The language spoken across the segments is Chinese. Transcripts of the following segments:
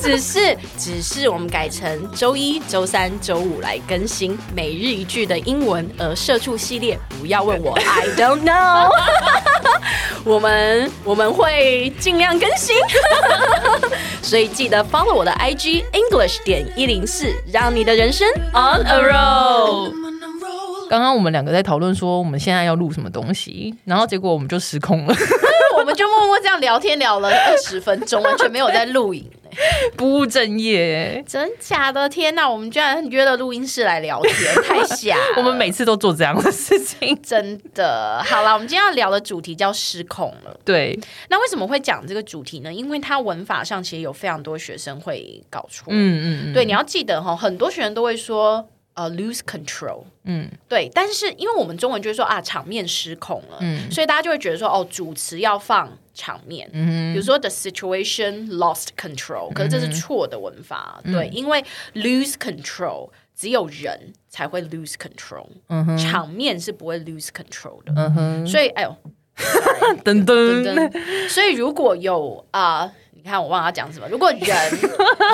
只是只是我们改成周一、周三、周五来更新每日一句的英文，而社畜系列不要问我，I don't know 我们我们会尽量更新， 所以记得 follow 我的 IG English 点一零四，让你的人生 on a roll。 刚刚我们两个在讨论说我们现在要录什么东西，然后结果我们就失控了。 我们就默默这样聊天聊了二十分钟，完全没有在录影、欸不务正业。 真假的？天哪，我们居然约了录音室来聊天，太瞎 了！我们每次都做这样的事情，真的好了，我们今天要聊的主题叫失控了。 对，那为什么会讲这个主题呢？因为它文法上其实有非常多学生会搞错。嗯嗯，嗯对，，你要记得哈，很多学生都会说呃 lose control，嗯，对，但是因为我们中文就会说啊场面失控了，嗯所以大家就会觉得说哦主词要放场面，比如说 the situation lost control，可是这嗯是错的文法，对，因为 lose control 只有人才会 lose control，、场嗯面是不会 lose control 的，所以哎呦。噔真噔，的，所以如果有啊、你看我忘了要讲什么。如果人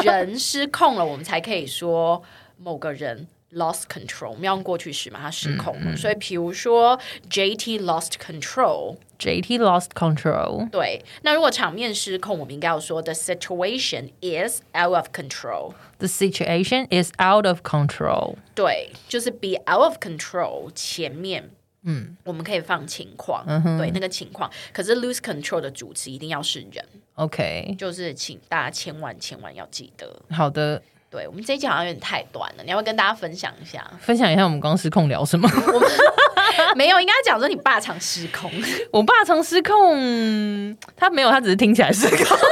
人失控了，我们才可以说某个人 lost control。我们要用过去式嘛，他失控了。所以比如说 JT lost control， JT lost control。对。那如果场面失控，我们应该要说 the situation is out of control。 The situation is out of control。对，就是 be out of control 前面。嗯，我们可以放情况，对那个情况。可是 lose control 的主词一定要是人， OK，就是请大家千万千万要记得。好的，对我们这一集好像有点太短了，你要不要跟大家分享一下？ 分享一下我们刚刚失控聊什么？没有，应该讲说你爸常失 控，我爸常失控，他没有，他只是听起来失控。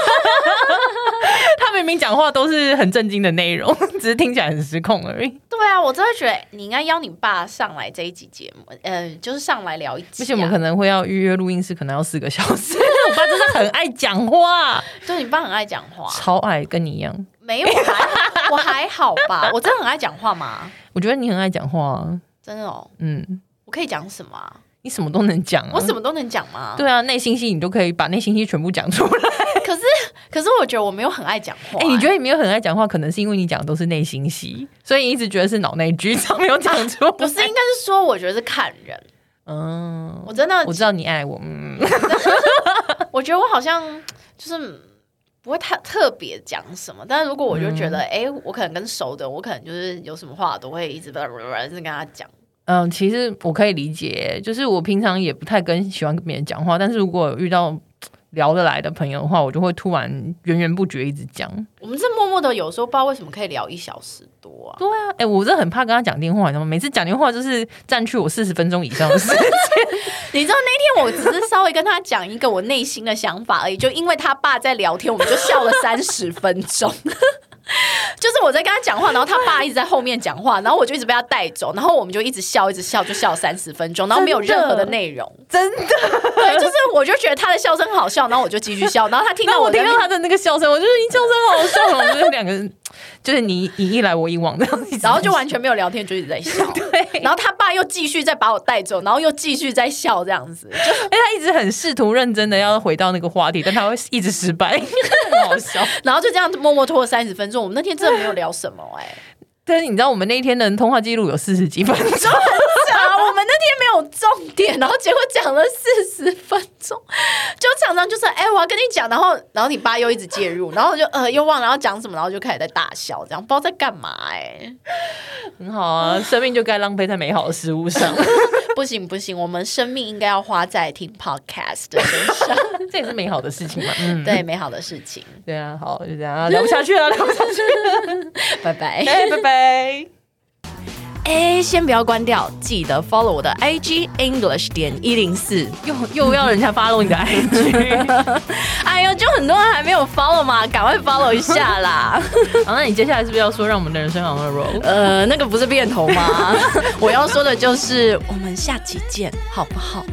他明明讲话都是很正经的内容，只是听起来很失控而已。对啊，我真的觉得你应该邀你爸上来这一集节目，呃，就是上来聊一集、啊。而且我们可能会要预约录音室，可能要四个小时。啊 我爸真的很爱讲话，就是你爸很爱讲话，超爱，跟你一样。没有，我还我还好 吧，我真的很爱讲话吗？我觉得你很爱讲话啊，真的哦，嗯，我可以讲什么、啊？你什么都能讲、啊，我什么都能讲吗？对啊，内心戏你都可以把内心戏全部讲出来。可是可是我觉得我没有很爱讲话、哎、你觉得你没有很爱讲话，可能是因为你讲的都是内心戏，所以你一直觉得是脑内剧， 常没有讲出来。不是？应该是说，我觉得是看人。嗯，我真的我知道你爱我，嗯，我觉得我好像就是不会太特别讲什么，但是如果我就觉得，哎、我可能跟熟的，我可能就是有什么话都会一直一直跟他讲。嗯，其实我可以理解，欸就是我平常也不太跟喜欢跟别人讲话，但是如果有遇到聊得来的朋友的话，我就会突然源源不绝一直讲。我们这默默的，有时候不知道为什么可以聊一小时多啊。对啊，哎、我真的很怕跟他讲电话，你知道吗？每次讲电话就是占据我四十分钟以上的时间。 你知道那天我只是稍微跟他讲一个我内心的想法而已，就因为他爸在聊天，我们就笑 了三十分钟。 就是我在跟他讲话，然后他爸一直在后面讲话，然后我就一直被他带走，然后我们就一直笑，一直笑，就笑三十分钟，然后没有真的任何的内容。真 的， 对，就是我就觉得他的笑声很好笑，然后我就继续笑，然后他听然到后我我在听那边到他的那个笑声，我就是你笑声好笑，我哦们就是两个人，就是你你一来我一往这样子，然后就完 全没有聊天，就一直在笑。 对，然后他爸又继续再把我带走，然后又继续在笑，这样子，就哎、他一直很试图认真的要回到那个话题，但他会一直失 败，很好笑。然后就这样默默拖了三十分钟。我们那天真的没有聊什么哎、 但是你知道我们那一天的通话记录有四十几分啊，钟，我们那天没有重点，然后结果讲了四十分钟，就常常就是哎、我要跟你讲，然后然后你爸又一直介入，然后我就呃又忘了要讲什么，然后就开始在大笑，这样不知道在干嘛哎、 很好啊，生命就该浪费在美好的事物 上，不行不行，我们生命应该要花在听 podcast 的身上，这也是美好的事情嘛。嗯，对美好的事 情，对啊，好， 就这样啊，聊不下去了，聊不下去了，拜拜。哎，拜拜。哎，先不要关掉，记得 follow 我的 IG English 点一零四。 又又要人家 follow 你的 IG，哎呦，就很多人还没有 follow 嘛，赶快 follow 一下啦。 好，那你接下来是不是要说让我们的人生 on a roll？呃，那个不是变头吗？ 我要说的就是，我们下期见，好不好？